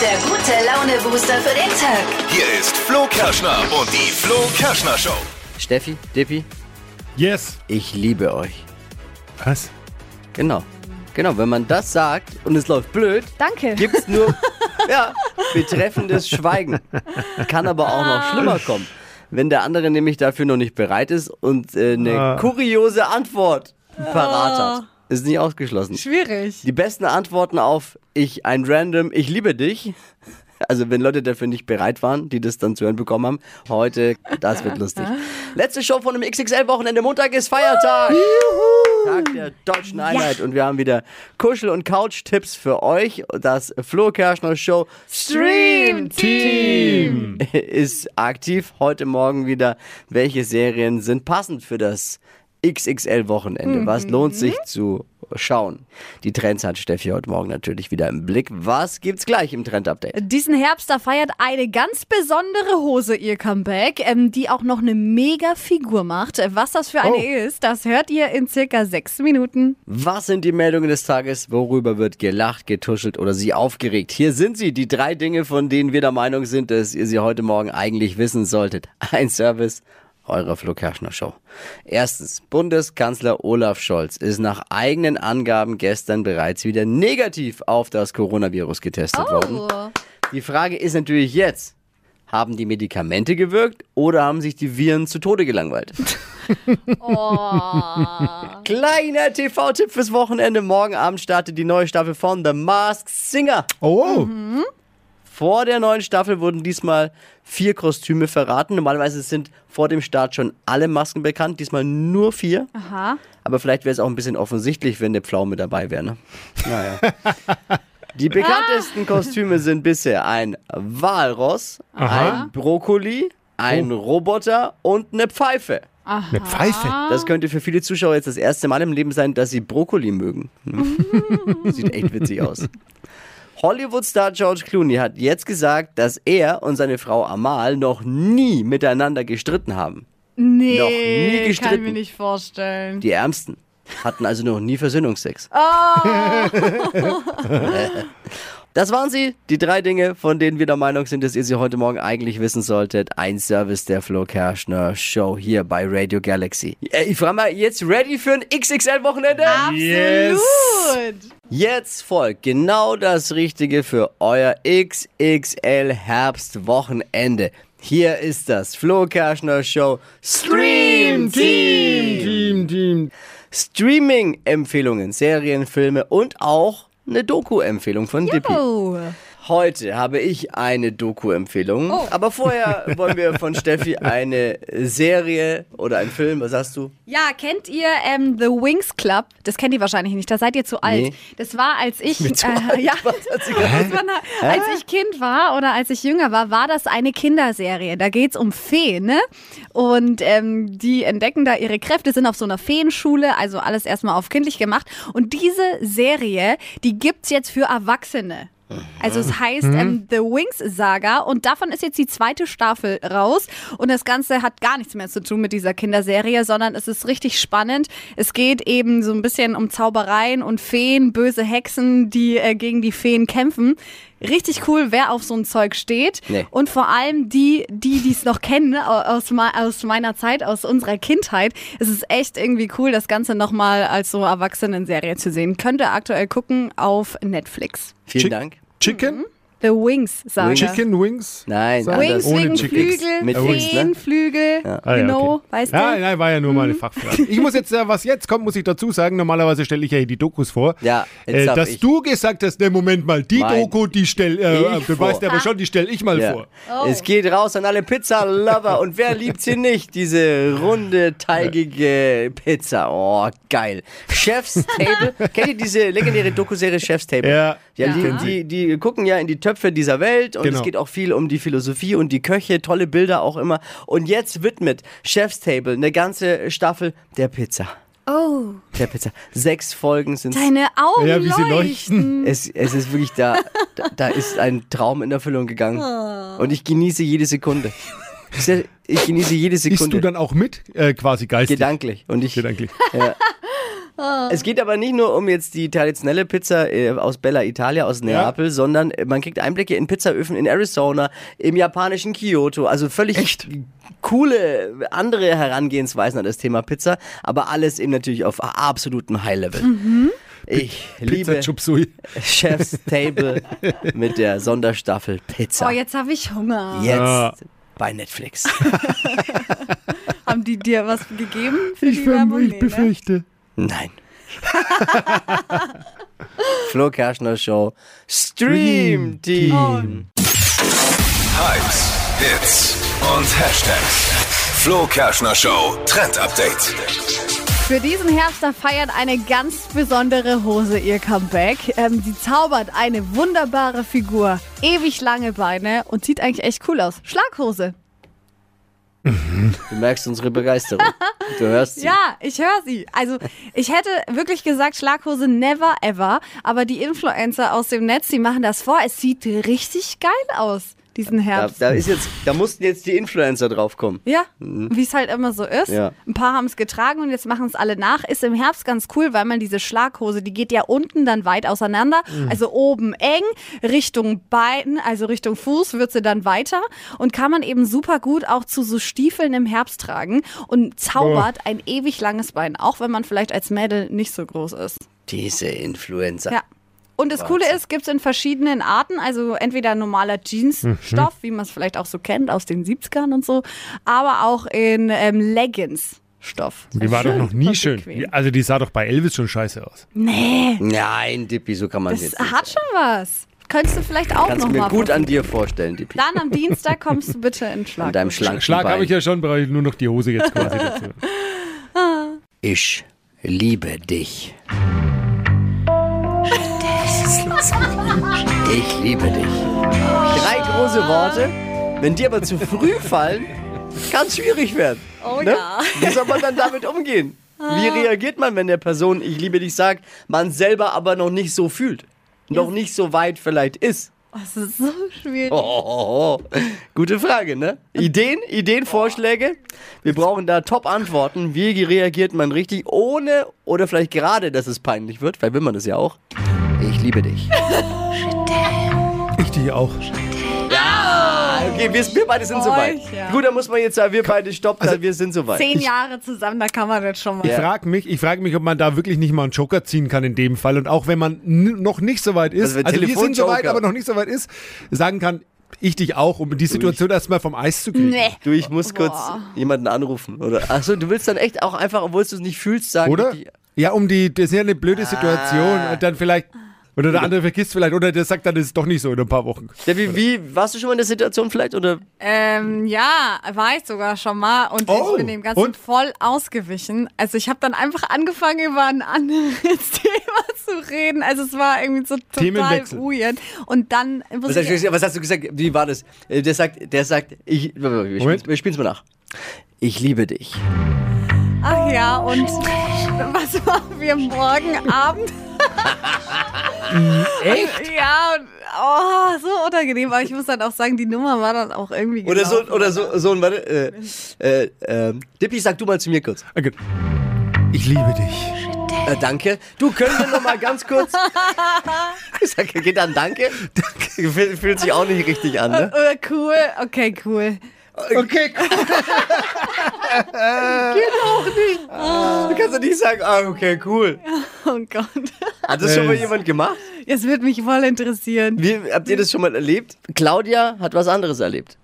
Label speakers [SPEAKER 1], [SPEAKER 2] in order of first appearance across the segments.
[SPEAKER 1] der gute Laune-Booster für den Tag.
[SPEAKER 2] Hier ist Flo Kerschner und die Flo Kerschner Show.
[SPEAKER 3] Steffi, Dippi,
[SPEAKER 4] Yes.
[SPEAKER 3] ich liebe euch.
[SPEAKER 4] Was?
[SPEAKER 3] Genau. Genau, wenn man das sagt und es läuft blöd,
[SPEAKER 5] Danke.
[SPEAKER 3] gibt's nur ja, betreffendes Schweigen. Kann aber auch noch
[SPEAKER 5] Ah.
[SPEAKER 3] schlimmer kommen, wenn der andere nämlich dafür noch nicht bereit ist und äh, eine
[SPEAKER 4] Ah.
[SPEAKER 3] kuriose Antwort parat hat. Ist nicht ausgeschlossen.
[SPEAKER 5] Ah. Schwierig.
[SPEAKER 3] Die besten Antworten auf ich, ein Random, ich liebe dich. Also wenn Leute dafür nicht bereit waren, die das dann zu hören bekommen haben, heute, das wird lustig.
[SPEAKER 5] Ah.
[SPEAKER 3] Letzte Show von dem XXL-Wochenende, Montag ist Feiertag. Tag der deutschen Einheit. Und wir haben wieder Kuschel- und Couch-Tipps für euch. Das Flo Kerschner Show Stream
[SPEAKER 4] Team.
[SPEAKER 3] ist aktiv. Heute Morgen wieder, welche Serien sind passend für das XXL-Wochenende? Was lohnt sich zu schauen? Die Trends hat Steffi heute Morgen natürlich wieder im Blick. Was gibt's gleich im Trend-Update?
[SPEAKER 5] Diesen Herbst, da feiert eine ganz besondere Hose ihr Comeback, ähm, die auch noch eine mega Figur macht. Was das für
[SPEAKER 3] Oh.
[SPEAKER 5] eine ist, das hört ihr in circa sechs Minuten.
[SPEAKER 3] Was sind die Meldungen des Tages? Worüber wird gelacht, getuschelt oder sie aufgeregt? Hier sind sie, die drei Dinge, von denen wir der Meinung sind, dass ihr sie heute Morgen eigentlich wissen solltet. Ein Service eurer Flo Kerschner Show. Erstens, Bundeskanzler Olaf Scholz ist nach eigenen Angaben gestern bereits wieder negativ auf das Coronavirus getestet worden. Die Frage ist natürlich jetzt, haben die Medikamente gewirkt oder haben sich die Viren zu Tode gelangweilt? Kleiner TV-Tipp fürs Wochenende. Morgen Abend startet die neue Staffel von The Masked Singer.
[SPEAKER 4] Oh.
[SPEAKER 3] Vor der neuen Staffel wurden diesmal vier Kostüme verraten. Normalerweise sind vor dem Start schon alle Masken bekannt, diesmal nur vier.
[SPEAKER 5] Aha.
[SPEAKER 3] Aber vielleicht wäre es auch ein bisschen offensichtlich, wenn eine Pflaume dabei wäre. Ne? Naja. Die bekanntesten Kostüme sind bisher ein Walross, ein Brokkoli, ein Roboter und eine Pfeife.
[SPEAKER 4] Eine Pfeife.
[SPEAKER 3] Das könnte für viele Zuschauer jetzt das erste Mal im Leben sein, dass sie Brokkoli mögen. Sieht echt witzig aus. Hollywood-Star George Clooney hat jetzt gesagt, dass er und seine Frau Amal noch nie miteinander gestritten haben.
[SPEAKER 5] Nee,
[SPEAKER 3] Noch nie
[SPEAKER 5] kann ich mir
[SPEAKER 3] gestritten.
[SPEAKER 5] nicht vorstellen.
[SPEAKER 3] Die Ärmsten hatten also noch nie Versöhnungsex. Das waren sie, die drei Dinge, von denen wir der Meinung sind, dass ihr sie heute Morgen eigentlich wissen solltet. Ein Service der Flo Kerschner Show hier bei Radio Galaxy. Äh, Ich frage mal, jetzt ready für ein XXL-Wochenende?
[SPEAKER 4] Yes.
[SPEAKER 5] Absolut.
[SPEAKER 3] Jetzt folgt genau das Richtige für euer XXL Herbstwochenende. Hier ist das Flo Kerschner Show Stream Team.
[SPEAKER 4] Team, Team.
[SPEAKER 3] Streaming-Empfehlungen, Serien, Filme und auch eine Doku-Empfehlung von Dippi.
[SPEAKER 5] Oh.
[SPEAKER 3] Heute habe ich eine Doku-Empfehlung, aber vorher wollen wir von Steffi eine Serie oder einen Film, was sagst du?
[SPEAKER 5] Ja, kennt ihr ähm, The Wings Club? Das kennt ihr wahrscheinlich nicht, da seid ihr zu alt.
[SPEAKER 3] Nee.
[SPEAKER 5] Das war, als ich,
[SPEAKER 3] zu
[SPEAKER 5] äh,
[SPEAKER 3] alt.
[SPEAKER 5] Ja,
[SPEAKER 3] Was hat sie gesagt?
[SPEAKER 5] Muss man, als ich Kind war oder als ich jünger war, war das eine Kinderserie. Da geht's um Feen, ne? Und ähm, die entdecken da ihre Kräfte, sind auf so einer Feenschule, also alles erstmal auf kindlich gemacht. Und diese Serie, die gibt's jetzt für Erwachsene. Also es heißt ähm, The Wings Saga und davon ist jetzt die zweite Staffel raus und das Ganze hat gar nichts mehr zu tun mit dieser Kinderserie, sondern es ist richtig spannend. Es geht eben so ein bisschen um Zaubereien und Feen, böse Hexen, die äh, gegen die Feen kämpfen. Richtig cool, wer auf so ein Zeug steht
[SPEAKER 3] Nee.
[SPEAKER 5] und vor allem die, die es noch kennen ne, au- aus, ma- aus meiner Zeit, aus unserer Kindheit. Es ist echt irgendwie cool, das Ganze nochmal als so Erwachsenenserie zu sehen. Könnt ihr aktuell gucken auf Netflix.
[SPEAKER 3] Vielen
[SPEAKER 4] Chick-
[SPEAKER 3] Dank.
[SPEAKER 4] Chicken?
[SPEAKER 5] The Wings Saga.
[SPEAKER 3] Wings.
[SPEAKER 4] Chicken Wings?
[SPEAKER 3] Nein,
[SPEAKER 4] Sagen-
[SPEAKER 5] Wings
[SPEAKER 3] anders.
[SPEAKER 4] Ohne
[SPEAKER 5] wegen
[SPEAKER 4] Chicken.
[SPEAKER 5] Flügel,
[SPEAKER 3] Mit Wings,
[SPEAKER 5] Feen,
[SPEAKER 3] ne?
[SPEAKER 5] Flügel,
[SPEAKER 4] Ah, ja,
[SPEAKER 5] genau,
[SPEAKER 4] okay.
[SPEAKER 5] weißt du? Mhm.
[SPEAKER 4] Nein, nein, war ja nur mal eine Fachfrage. Ich muss jetzt, äh, was jetzt kommt, muss ich dazu sagen. Normalerweise stelle ich ja hier die Dokus vor.
[SPEAKER 3] Ja, jetzt
[SPEAKER 4] äh,
[SPEAKER 3] darf
[SPEAKER 4] dass
[SPEAKER 3] ich.
[SPEAKER 4] du gesagt hast, ne, Moment mal, die
[SPEAKER 3] Nein.
[SPEAKER 4] Doku, die stell, äh,
[SPEAKER 3] Ich
[SPEAKER 4] du
[SPEAKER 3] vor.
[SPEAKER 4] weißt aber schon, die stelle ich mal
[SPEAKER 3] Ja.
[SPEAKER 4] vor.
[SPEAKER 3] Es geht raus an alle Pizza-Lover und wer liebt sie nicht? Diese runde, teigige Pizza. Oh, geil. Chef's Table. Kennt ihr diese legendäre Dokuserie Chef's Table?
[SPEAKER 4] Ja.
[SPEAKER 3] Ja,
[SPEAKER 4] Kennt
[SPEAKER 3] die, die, die gucken ja in die Töpfe dieser Welt und
[SPEAKER 4] Genau.
[SPEAKER 3] es geht auch viel um die Philosophie und die Köche, tolle Bilder auch immer. Und jetzt widmet Chef's Table eine ganze Staffel der Pizza.
[SPEAKER 5] Oh,
[SPEAKER 3] Der Pizza. Sechs Folgen sind
[SPEAKER 5] deine Augen
[SPEAKER 4] Ja, wie sie
[SPEAKER 5] leuchten.
[SPEAKER 3] es, es ist wirklich da, da, da ist ein Traum in Erfüllung gegangen.
[SPEAKER 4] Oh.
[SPEAKER 3] Und ich genieße jede Sekunde. Ich se- Ich genieße jede
[SPEAKER 4] Isst du
[SPEAKER 3] Sekunde.
[SPEAKER 4] dann auch mit, äh, quasi geistig?
[SPEAKER 3] Gedanklich. Und ich,
[SPEAKER 4] Gedanklich.
[SPEAKER 3] Es geht aber nicht nur um jetzt die traditionelle Pizza äh, aus Bella Italia, aus Neapel, sondern äh, man kriegt Einblicke in Pizzaöfen in Arizona, im japanischen Kyoto. Also völlig coole äh, andere Herangehensweisen an das Thema Pizza, aber alles eben natürlich auf absolutem High-Level. Ich liebe
[SPEAKER 4] Pizza Chop Suey.
[SPEAKER 3] Chef's Table mit der Sonderstaffel Pizza.
[SPEAKER 5] Oh, jetzt habe ich Hunger.
[SPEAKER 3] Jetzt
[SPEAKER 4] Ja.
[SPEAKER 3] bei Netflix.
[SPEAKER 5] Haben die dir was gegeben für
[SPEAKER 4] Ich, verm-
[SPEAKER 5] die Werbung?
[SPEAKER 4] ich
[SPEAKER 5] Nee, ne?
[SPEAKER 4] befürchte.
[SPEAKER 3] Nein. Flo Kerschner Show Stream Team.
[SPEAKER 2] Hypes, Hits und Hashtags. Flo Kerschner Show Trend Update.
[SPEAKER 5] Für diesen Herbst da feiert eine ganz besondere Hose ihr Comeback. Ähm, sie zaubert eine wunderbare Figur, ewig lange Beine und sieht eigentlich echt cool aus. Schlaghose.
[SPEAKER 3] Du merkst unsere Begeisterung. Du hörst sie.
[SPEAKER 5] Ja, ich höre sie. Also ich hätte wirklich gesagt, Schlaghose never ever. Aber die Influencer aus dem Netz, die machen das vor. Es sieht richtig geil aus, diesen
[SPEAKER 3] Da,
[SPEAKER 5] Herbst.
[SPEAKER 3] da, ist jetzt, da mussten jetzt die Influencer draufkommen.
[SPEAKER 5] Ja, wie es halt immer so ist.
[SPEAKER 3] Ja.
[SPEAKER 5] Ein paar haben es getragen und jetzt machen es alle nach. Ist im Herbst ganz cool, weil man diese Schlaghose, die geht ja unten dann weit auseinander. Also oben eng, Richtung Bein, also Richtung Fuß wird sie dann weiter. Und kann man eben super gut auch zu so Stiefeln im Herbst tragen und zaubert ein ewig langes Bein, auch wenn man vielleicht als Mädel nicht so groß ist.
[SPEAKER 3] Diese Influencer.
[SPEAKER 5] Ja. Und das Coole ist, gibt's in verschiedenen Arten, also entweder normaler
[SPEAKER 3] Mhm.
[SPEAKER 5] Jeansstoff, wie man es vielleicht auch so kennt aus den 70ern und so, aber auch in ähm, Leggings-Stoff.
[SPEAKER 4] Die war doch noch nie
[SPEAKER 5] und
[SPEAKER 4] schön.
[SPEAKER 5] bequem.
[SPEAKER 4] Ja, Also die sah doch bei Elvis schon scheiße aus.
[SPEAKER 5] Nee,
[SPEAKER 3] Nein, Dippi, so kann man es
[SPEAKER 5] das
[SPEAKER 3] jetzt nicht.
[SPEAKER 5] hat schon was. Könntest du vielleicht auch
[SPEAKER 3] Kannst du
[SPEAKER 5] noch
[SPEAKER 3] mir
[SPEAKER 5] mal
[SPEAKER 3] gut an
[SPEAKER 5] versuchen.
[SPEAKER 3] dir vorstellen, Dippi.
[SPEAKER 5] Dann am Dienstag kommst du bitte in Schlag.
[SPEAKER 3] An deinem schlanken
[SPEAKER 4] Schlag
[SPEAKER 3] Bein.
[SPEAKER 4] habe ich ja schon, brauche ich nur noch die Hose jetzt quasi dazu.
[SPEAKER 3] Ich liebe dich. Ich liebe dich. Drei große Worte. Wenn die aber zu früh fallen, kann es schwierig werden.
[SPEAKER 5] Oh
[SPEAKER 3] ne?
[SPEAKER 5] ja. Ah.
[SPEAKER 3] Wie soll man dann damit umgehen? Wie reagiert man, wenn der Person Ich liebe dich sagt, man selber aber noch nicht so fühlt? Noch nicht so weit vielleicht ist?
[SPEAKER 5] Oh, das ist so schwierig.
[SPEAKER 3] Oh, oh, oh. Gute Frage, ne? Ideen, Ideen, Vorschläge. Wir brauchen da Top-Antworten. Wie reagiert man richtig, ohne oder vielleicht gerade, dass es peinlich wird? Vielleicht will man das ja auch. Ich liebe dich.
[SPEAKER 5] Oh,
[SPEAKER 4] Ich die auch.
[SPEAKER 3] Okay, wir, wir beide sind soweit.
[SPEAKER 5] Euch, ja.
[SPEAKER 3] Gut, dann muss man jetzt sagen, wir beide stoppen, weil wir sind soweit.
[SPEAKER 5] Zehn Jahre zusammen, da kann man jetzt schon mal.
[SPEAKER 3] Ja.
[SPEAKER 4] Frag mich, ich frage mich, ob man da wirklich nicht mal einen Joker ziehen kann in dem Fall. Und auch wenn man n- noch nicht so weit
[SPEAKER 3] Also
[SPEAKER 4] ist,
[SPEAKER 3] wir
[SPEAKER 4] also wir sind so
[SPEAKER 3] Telefon-Joker.
[SPEAKER 4] weit, aber noch nicht so weit ist, sagen kann, ich dich auch, um die Situation erstmal vom Eis zu kriegen.
[SPEAKER 5] Nee.
[SPEAKER 3] Du, ich muss kurz
[SPEAKER 5] Boah.
[SPEAKER 3] jemanden anrufen, oder? Achso, du willst dann echt auch einfach, obwohl du es nicht fühlst, sagen.
[SPEAKER 4] Oder?
[SPEAKER 3] die- Ah.
[SPEAKER 4] Ja, um die, das ist ja eine blöde Situation. Und dann vielleicht, oder der andere vergisst vielleicht, oder der sagt dann, das ist doch nicht so in ein paar Wochen.
[SPEAKER 3] Debbie, wie, warst du schon mal in der Situation vielleicht? Oder
[SPEAKER 5] Ähm, ja, war ich sogar schon mal und
[SPEAKER 4] Oh,
[SPEAKER 5] ich bin dem Ganzen
[SPEAKER 4] und?
[SPEAKER 5] voll ausgewichen. Also ich habe dann einfach angefangen, über ein anderes Thema zu reden. Also es war irgendwie so total
[SPEAKER 4] Themenwechsel.
[SPEAKER 5] weird. Und dann
[SPEAKER 3] Was
[SPEAKER 5] muss
[SPEAKER 3] hast, du,
[SPEAKER 5] ich,
[SPEAKER 3] gesagt? was hast du gesagt? Wie war das? Äh, Der sagt, der sagt, ich, wir spielen's- wir spielen's mal nach. Ich liebe dich.
[SPEAKER 5] ach ja, und was machen wir morgen Abend? Echt? Ja, und, oh, so unangenehm. Aber ich muss dann auch sagen, die Nummer war dann auch irgendwie genau-
[SPEAKER 3] Oder so,
[SPEAKER 5] gelaufen.
[SPEAKER 3] oder so, so ein, warte, äh, äh, ähm, Dippi, sag du mal zu mir kurz.
[SPEAKER 4] Ah, gut. Ich liebe dich.
[SPEAKER 3] Äh, danke. Du, können wir noch mal ganz kurz? Ich sag, geht dann danke. Fühlt fühlt sich auch nicht richtig an, ne?
[SPEAKER 5] Äh, Cool, okay, cool.
[SPEAKER 3] Okay. geht auch nicht. Du kannst doch nicht sagen, ah, okay, cool.
[SPEAKER 5] Oh Gott.
[SPEAKER 3] Hat das schon mal
[SPEAKER 4] Äh,
[SPEAKER 3] jemand gemacht?
[SPEAKER 5] Es wird mich voll interessieren.
[SPEAKER 3] Wie, habt ihr das schon mal erlebt? Claudia hat was anderes erlebt.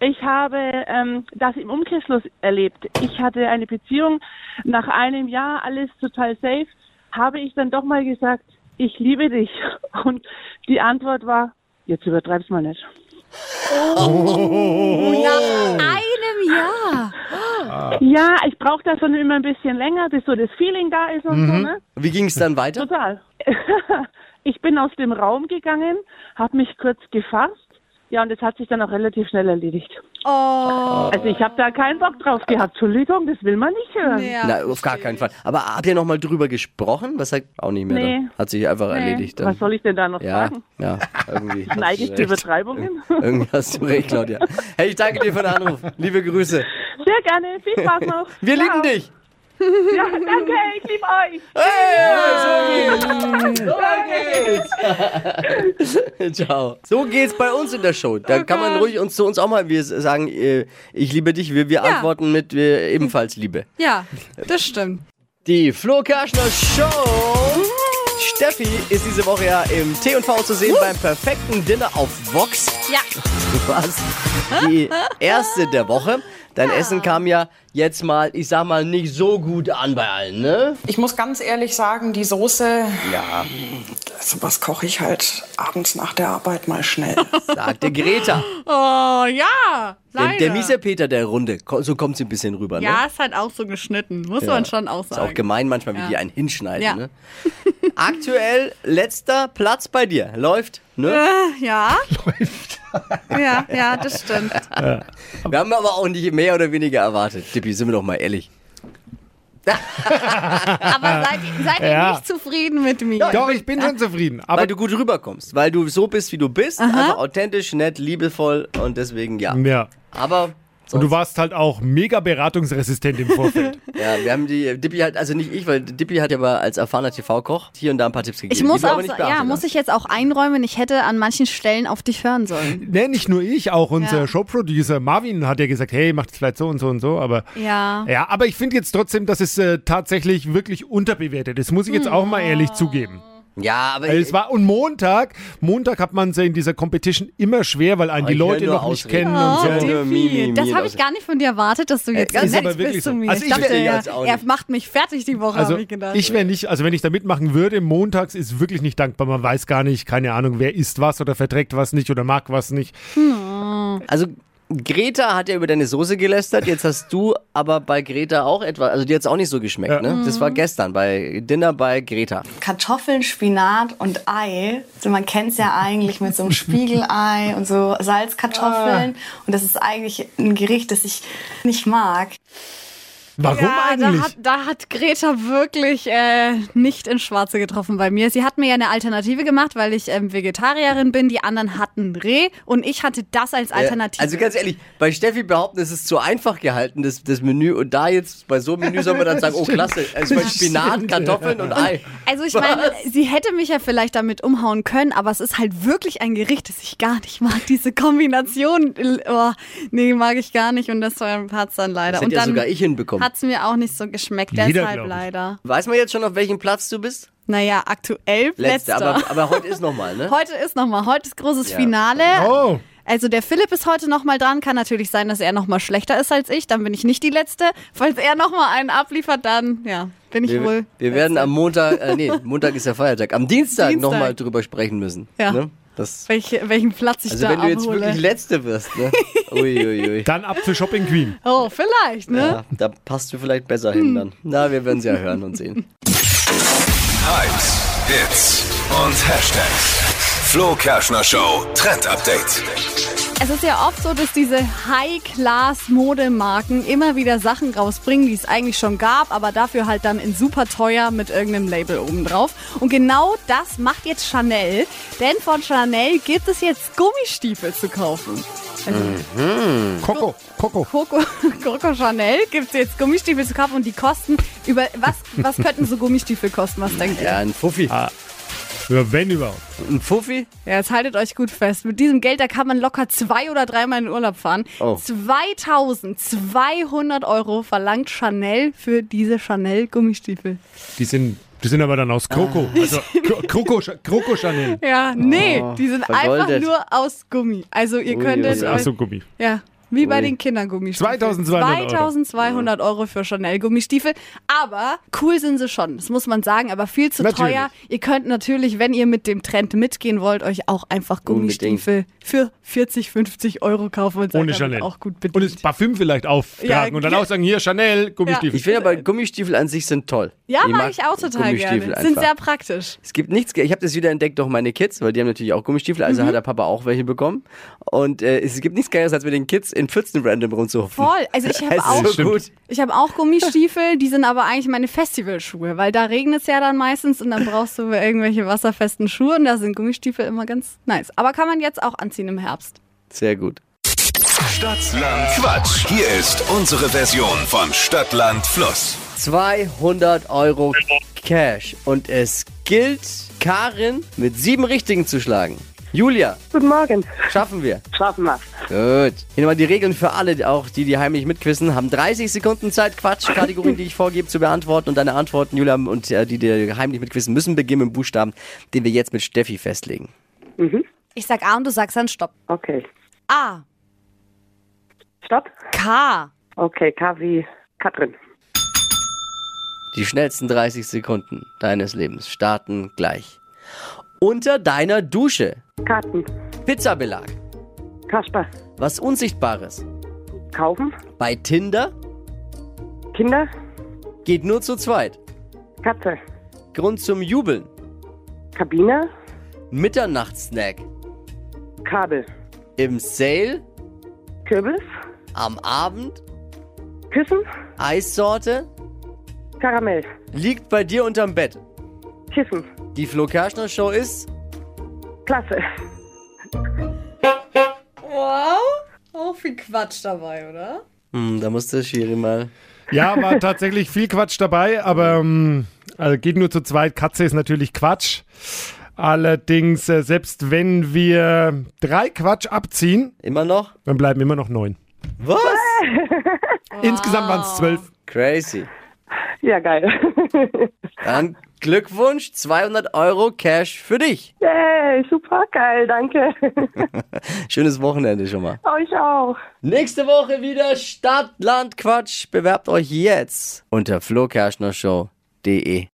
[SPEAKER 6] Ich habe ähm, das im Umkehrschluss erlebt. Ich hatte eine Beziehung. Nach einem Jahr, alles total safe, habe ich dann doch mal gesagt, ich liebe dich. Und die Antwort war, jetzt übertreib's mal nicht.
[SPEAKER 5] Oh. Nach einem Jahr.
[SPEAKER 6] Ja, ich brauche das dann immer ein bisschen länger, bis so das Feeling da ist und so, ne?
[SPEAKER 3] Wie ging es dann weiter?
[SPEAKER 6] Total. ich bin aus dem Raum gegangen, habe mich kurz gefasst. Ja, und das hat sich dann auch relativ schnell erledigt.
[SPEAKER 5] Oh,
[SPEAKER 6] Also ich habe da keinen Bock drauf gehabt. Entschuldigung, das will man nicht hören.
[SPEAKER 5] ja.
[SPEAKER 3] Na, auf gar keinen Fall. Aber habt ihr nochmal drüber gesprochen? Was sagt auch nicht mehr?
[SPEAKER 6] Nee.
[SPEAKER 3] Dann. Hat sich einfach erledigt. Dann.
[SPEAKER 6] Was soll ich denn da noch
[SPEAKER 3] ja,
[SPEAKER 6] sagen?
[SPEAKER 3] ja, irgendwie. hast du
[SPEAKER 6] Neige ich
[SPEAKER 3] recht.
[SPEAKER 6] zu Übertreibungen?
[SPEAKER 3] Irgendwie hast du recht, Claudia. Hey, ich danke dir für den Anruf. Liebe Grüße.
[SPEAKER 6] Sehr gerne. Viel Spaß noch.
[SPEAKER 3] Wir
[SPEAKER 6] Ciao.
[SPEAKER 3] lieben dich.
[SPEAKER 6] Ja, danke, ich liebe euch.
[SPEAKER 3] Ciao. So geht's bei uns in der Show. Da kann man ruhig uns zu uns auch mal wir sagen, äh, ich liebe dich. Wir, wir antworten mit äh, ebenfalls Liebe.
[SPEAKER 5] Ja, das stimmt.
[SPEAKER 3] Die Flo Kerschner Show. Steffi ist diese Woche ja im T&V zu sehen beim perfekten Dinner auf Vox.
[SPEAKER 5] Ja,
[SPEAKER 3] Was? Die erste der Woche. Dein Essen kam ja jetzt mal, ich sag mal, nicht so gut an bei allen, ne?
[SPEAKER 7] Ich muss ganz ehrlich sagen, die Soße,
[SPEAKER 3] Ja.
[SPEAKER 7] sowas Also koche ich halt abends nach der Arbeit mal schnell.
[SPEAKER 3] Sagte Greta.
[SPEAKER 5] oh ja, leider.
[SPEAKER 3] Der, der miese Peter der Runde. Ko- So kommt sie ein bisschen rüber, ne?
[SPEAKER 5] Ja, ist halt auch so geschnitten, muss man schon auch
[SPEAKER 3] Ist auch
[SPEAKER 5] sagen.
[SPEAKER 3] gemein manchmal, wie die einen hinschneiden,
[SPEAKER 5] Ja.
[SPEAKER 3] ne? Aktuell letzter Platz bei dir. Läuft, ne?
[SPEAKER 5] ja. ja, ja, das stimmt.
[SPEAKER 3] Wir haben aber auch nicht mehr oder weniger erwartet. Dippi, sind wir doch mal ehrlich.
[SPEAKER 5] Aber seid, seid ihr
[SPEAKER 4] Ja.
[SPEAKER 5] nicht zufrieden mit mir?
[SPEAKER 4] Doch, ich bin schon zufrieden. Aber
[SPEAKER 3] Weil du gut rüberkommst. Weil du so bist, wie du bist. Einfach authentisch, nett, liebevoll und deswegen ja.
[SPEAKER 4] ja.
[SPEAKER 3] Aber
[SPEAKER 4] Und du warst halt auch mega beratungsresistent im Vorfeld.
[SPEAKER 3] Ja, wir haben die Dippi hat, also nicht ich, weil Dippi hat ja aber als erfahrener TV-Koch hier und da ein paar Tipps gegeben.
[SPEAKER 5] Ich muss
[SPEAKER 3] die wir
[SPEAKER 5] auch,
[SPEAKER 3] aber nicht ne?
[SPEAKER 5] ja,
[SPEAKER 3] beachtet
[SPEAKER 5] muss
[SPEAKER 3] haben.
[SPEAKER 5] ich jetzt auch einräumen, ich hätte an manchen Stellen auf dich hören sollen.
[SPEAKER 4] nee, nicht nur ich, auch unser
[SPEAKER 5] Ja.
[SPEAKER 4] Showproducer Marvin hat ja gesagt, hey, macht es vielleicht so und so und so, aber
[SPEAKER 5] Ja.
[SPEAKER 4] ja, aber ich finde jetzt trotzdem, dass es äh, tatsächlich wirklich unterbewertet ist. Muss ich jetzt auch mal ehrlich zugeben.
[SPEAKER 3] Ja, aber
[SPEAKER 4] Also es war und Montag, Montag hat man es ja in dieser Competition immer schwer, weil einen
[SPEAKER 3] Oh,
[SPEAKER 4] die
[SPEAKER 3] ich höre
[SPEAKER 4] Leute
[SPEAKER 3] nur
[SPEAKER 4] noch nicht
[SPEAKER 3] Ausreden.
[SPEAKER 4] kennen
[SPEAKER 3] Oh,
[SPEAKER 4] und so.
[SPEAKER 3] die-
[SPEAKER 5] Tiffy,
[SPEAKER 3] Nur mi, mi, mi,
[SPEAKER 5] das habe
[SPEAKER 3] das-
[SPEAKER 5] ich gar nicht von dir erwartet, dass du jetzt
[SPEAKER 3] ganz
[SPEAKER 5] ganz
[SPEAKER 4] aber
[SPEAKER 5] nett
[SPEAKER 4] wirklich
[SPEAKER 5] bist
[SPEAKER 4] so.
[SPEAKER 5] zu mir.
[SPEAKER 4] Also
[SPEAKER 5] ich
[SPEAKER 4] ich
[SPEAKER 5] dachte,
[SPEAKER 3] will
[SPEAKER 5] ja,
[SPEAKER 3] jetzt auch
[SPEAKER 5] er
[SPEAKER 3] nicht.
[SPEAKER 5] macht mich fertig die Woche,
[SPEAKER 4] Also
[SPEAKER 5] habe ich gedacht.
[SPEAKER 4] ich wäre nicht, also wenn ich da mitmachen würde, montags ist wirklich nicht dankbar. Man weiß gar nicht, keine Ahnung, wer isst was oder verträgt was nicht oder mag was nicht.
[SPEAKER 3] also Greta hat ja über deine Soße gelästert, jetzt hast du aber bei Greta auch etwas, also die hat's auch nicht so geschmeckt,
[SPEAKER 4] Ja.
[SPEAKER 3] ne?
[SPEAKER 5] Mhm.
[SPEAKER 3] Das war gestern bei Dinner bei Greta. Äh,
[SPEAKER 8] Kartoffeln, Spinat und Ei. Also man kennt es ja eigentlich mit so einem Spiegelei und so Salzkartoffeln.
[SPEAKER 5] Ah.
[SPEAKER 8] Und das ist eigentlich ein Gericht, das ich nicht mag.
[SPEAKER 4] Warum
[SPEAKER 5] ja, Ah, da
[SPEAKER 4] eigentlich?
[SPEAKER 5] hat, da hat Greta wirklich äh, nicht ins Schwarze getroffen bei mir. Sie hat mir ja eine Alternative gemacht, weil ich ähm, Vegetarierin bin. Die anderen hatten Reh und ich hatte das als Alternative.
[SPEAKER 3] Äh, Also ganz ehrlich, bei Steffi behaupten, es ist zu einfach gehalten, das, das Menü. Und da jetzt, bei so einem Menü soll man dann sagen, oh klasse, es war Spinat, Kartoffeln und Ei.
[SPEAKER 5] Also ich meine, sie hätte mich ja vielleicht damit umhauen können, aber es ist halt wirklich ein Gericht, das ich gar nicht mag. Diese Kombination, l- oh, nee, mag ich gar nicht und das hat's dann leider.
[SPEAKER 3] Das hätte
[SPEAKER 5] und
[SPEAKER 3] ja
[SPEAKER 5] dann
[SPEAKER 3] sogar ich hinbekommen.
[SPEAKER 5] hat's mir auch nicht so geschmeckt,
[SPEAKER 4] Jeder, glaub
[SPEAKER 5] deshalb
[SPEAKER 4] ich.
[SPEAKER 5] leider.
[SPEAKER 3] Weiß man jetzt schon, auf welchem Platz du bist?
[SPEAKER 5] Naja, aktuell
[SPEAKER 3] Letzter.
[SPEAKER 5] letzter.
[SPEAKER 3] Aber, aber heute ist nochmal, ne?
[SPEAKER 5] heute ist nochmal, heute ist großes
[SPEAKER 3] Ja.
[SPEAKER 5] Finale.
[SPEAKER 4] Oh.
[SPEAKER 5] Also der Philipp ist heute nochmal dran. Kann natürlich sein, dass er nochmal schlechter ist als ich. Dann bin ich nicht die Letzte. Falls er nochmal einen abliefert, dann ja, bin ich
[SPEAKER 3] Wir,
[SPEAKER 5] wohl.
[SPEAKER 3] wir werden am Montag, äh, nee, Montag ist ja Feiertag, am Dienstag,
[SPEAKER 5] Dienstag.
[SPEAKER 3] nochmal drüber sprechen müssen.
[SPEAKER 5] Ja.
[SPEAKER 3] Ne? Das,
[SPEAKER 5] Welche, welchen Platz ich
[SPEAKER 3] also
[SPEAKER 5] da
[SPEAKER 3] wenn du jetzt
[SPEAKER 5] abhole.
[SPEAKER 3] wirklich Letzte wirst, ne? Uiuiui.
[SPEAKER 4] Dann ab zur Shopping Queen.
[SPEAKER 5] Oh, vielleicht, ne?
[SPEAKER 3] Ja, da passt du vielleicht besser
[SPEAKER 5] Hm.
[SPEAKER 3] hin dann. Na, wir werden es ja hören und sehen.
[SPEAKER 2] Hypes, Hits und Hashtags. Flo Kerschner Show Trend Update.
[SPEAKER 5] Es ist ja oft so, dass diese High-Class-Modemarken immer wieder Sachen rausbringen, die es eigentlich schon gab, aber dafür halt dann in super teuer mit irgendeinem Label obendrauf. Und genau das macht jetzt Chanel, denn von Chanel gibt es jetzt Gummistiefel zu kaufen. Also
[SPEAKER 4] Coco, Coco.
[SPEAKER 5] Coco, Coco Chanel gibt es jetzt Gummistiefel zu kaufen und die kosten über was was könnten so Gummistiefel kosten? Was denkt ihr?
[SPEAKER 3] Ja, ein Fuffi.
[SPEAKER 4] Ja, wenn überhaupt.
[SPEAKER 3] Ein Fuffi?
[SPEAKER 5] Ja, jetzt haltet euch gut fest. Mit diesem Geld, da kann man locker zwei oder dreimal in den Urlaub fahren.
[SPEAKER 3] Oh.
[SPEAKER 5] 2200 Euro verlangt Chanel für diese Chanel-Gummistiefel.
[SPEAKER 4] Die sind, die sind aber dann aus Coco.
[SPEAKER 5] Ah.
[SPEAKER 4] Also Kro- Coco, Sch- Coco Chanel.
[SPEAKER 5] Ja, nee, die sind
[SPEAKER 3] Oh, vergoldet.
[SPEAKER 5] einfach nur aus Gummi. Also ihr
[SPEAKER 3] Ui,
[SPEAKER 5] könntet...
[SPEAKER 3] ui, ui.
[SPEAKER 5] euch-
[SPEAKER 4] Ach so, Gummi.
[SPEAKER 5] Ja, wie bei
[SPEAKER 3] Ui.
[SPEAKER 5] den Kindergummistiefeln.
[SPEAKER 4] 2200 Euro.
[SPEAKER 5] 2200 Euro für Chanel-Gummistiefel. Aber cool sind sie schon, das muss man sagen, aber viel zu
[SPEAKER 4] Natürlich.
[SPEAKER 5] teuer. Ihr könnt natürlich, wenn ihr mit dem Trend mitgehen wollt, euch auch einfach
[SPEAKER 3] Unbedingt.
[SPEAKER 5] Gummistiefel für 40, 50 Euro kaufen und seid
[SPEAKER 4] Ohne
[SPEAKER 5] damit
[SPEAKER 4] Chanel.
[SPEAKER 5] auch gut
[SPEAKER 4] Und das
[SPEAKER 5] bedient.
[SPEAKER 4] Parfüm vielleicht auftragen
[SPEAKER 5] Ja,
[SPEAKER 4] und dann
[SPEAKER 5] ja.
[SPEAKER 4] auch sagen, hier Chanel, Gummistiefel.
[SPEAKER 3] Ich finde aber Gummistiefel an sich sind toll.
[SPEAKER 5] Ja, mag
[SPEAKER 3] mag
[SPEAKER 5] ich auch total
[SPEAKER 3] Gummistiefel
[SPEAKER 5] gerne. Sind
[SPEAKER 3] einfach.
[SPEAKER 5] sehr praktisch.
[SPEAKER 3] Es gibt nichts, ich habe das wieder entdeckt, auch meine Kids, weil die haben natürlich auch Gummistiefel, also
[SPEAKER 5] Mhm.
[SPEAKER 3] hat der Papa auch welche bekommen. Und äh, es gibt nichts Geiles, als mit den Kids in Pfützen random rumzuhupfen.
[SPEAKER 5] Voll. Also ich habe
[SPEAKER 3] Es
[SPEAKER 5] auch
[SPEAKER 3] ist so gut.
[SPEAKER 5] Ich habe auch Gummistiefel, die sind aber eigentlich meine Festivalschuhe, weil da regnet es ja dann meistens und dann brauchst du irgendwelche wasserfesten Schuhe und da sind Gummistiefel immer ganz nice. Aber kann man jetzt auch anziehen im Herbst.
[SPEAKER 3] Sehr gut.
[SPEAKER 2] Stadtland Quatsch. Hier ist unsere Version von Stadtland Fluss.
[SPEAKER 3] 200 Euro Cash. Und es gilt, Karin mit sieben Richtigen zu schlagen. Julia,
[SPEAKER 6] Guten Morgen.
[SPEAKER 3] schaffen wir.
[SPEAKER 6] Schaffen wir.
[SPEAKER 3] Gut. Hier nochmal die Regeln für alle, auch die, die heimlich mitquissen, haben 30 Sekunden Zeit, Quatschkategorien, die ich vorgebe, zu beantworten. Und deine Antworten, Julia, und äh, die, die heimlich mitquissen, müssen beginnen mit dem Buchstaben, den wir jetzt mit Steffi festlegen.
[SPEAKER 5] Ich sag A und du sagst dann Stopp.
[SPEAKER 6] Okay.
[SPEAKER 5] A.
[SPEAKER 6] Stopp.
[SPEAKER 5] K.
[SPEAKER 6] Okay, K wie Katrin.
[SPEAKER 3] Die schnellsten 30 Sekunden deines Lebens starten gleich. Unter deiner Dusche.
[SPEAKER 6] Karten.
[SPEAKER 3] Pizzabelag.
[SPEAKER 6] Kasper.
[SPEAKER 3] Was Unsichtbares.
[SPEAKER 6] Kaufen.
[SPEAKER 3] Bei Tinder
[SPEAKER 6] Kinder.
[SPEAKER 3] geht nur zu zweit.
[SPEAKER 6] Katze.
[SPEAKER 3] Grund zum Jubeln.
[SPEAKER 6] Kabine.
[SPEAKER 3] Mitternachtssnack.
[SPEAKER 6] Kabel.
[SPEAKER 3] Im Sale.
[SPEAKER 6] Kürbis.
[SPEAKER 3] Am Abend.
[SPEAKER 6] Küssen.
[SPEAKER 3] Eissorte.
[SPEAKER 6] Karamell.
[SPEAKER 3] Liegt bei dir unterm Bett.
[SPEAKER 6] Kissen.
[SPEAKER 3] Die Flo Kerschner Show ist
[SPEAKER 6] Klasse.
[SPEAKER 5] Wow. Oh, viel Quatsch dabei, oder?
[SPEAKER 3] Hm, da muss der Schiri mal.
[SPEAKER 4] Ja, war tatsächlich viel Quatsch dabei, aber ähm, also geht nur zu zweit. Katze ist natürlich Quatsch. Allerdings, äh, selbst wenn wir drei Quatsch abziehen,
[SPEAKER 3] Immer noch?
[SPEAKER 4] dann bleiben immer noch neun.
[SPEAKER 3] Was?
[SPEAKER 5] Ah.
[SPEAKER 4] Insgesamt waren es zwölf.
[SPEAKER 3] Crazy.
[SPEAKER 6] Ja, geil.
[SPEAKER 3] Dann Glückwunsch, 200 Euro Cash für dich.
[SPEAKER 6] Yay, super geil, danke.
[SPEAKER 3] Schönes Wochenende schon mal.
[SPEAKER 6] Euch auch.
[SPEAKER 3] Nächste Woche wieder Stadt, Land, Quatsch. Bewerbt euch jetzt unter flokerschnershow.de.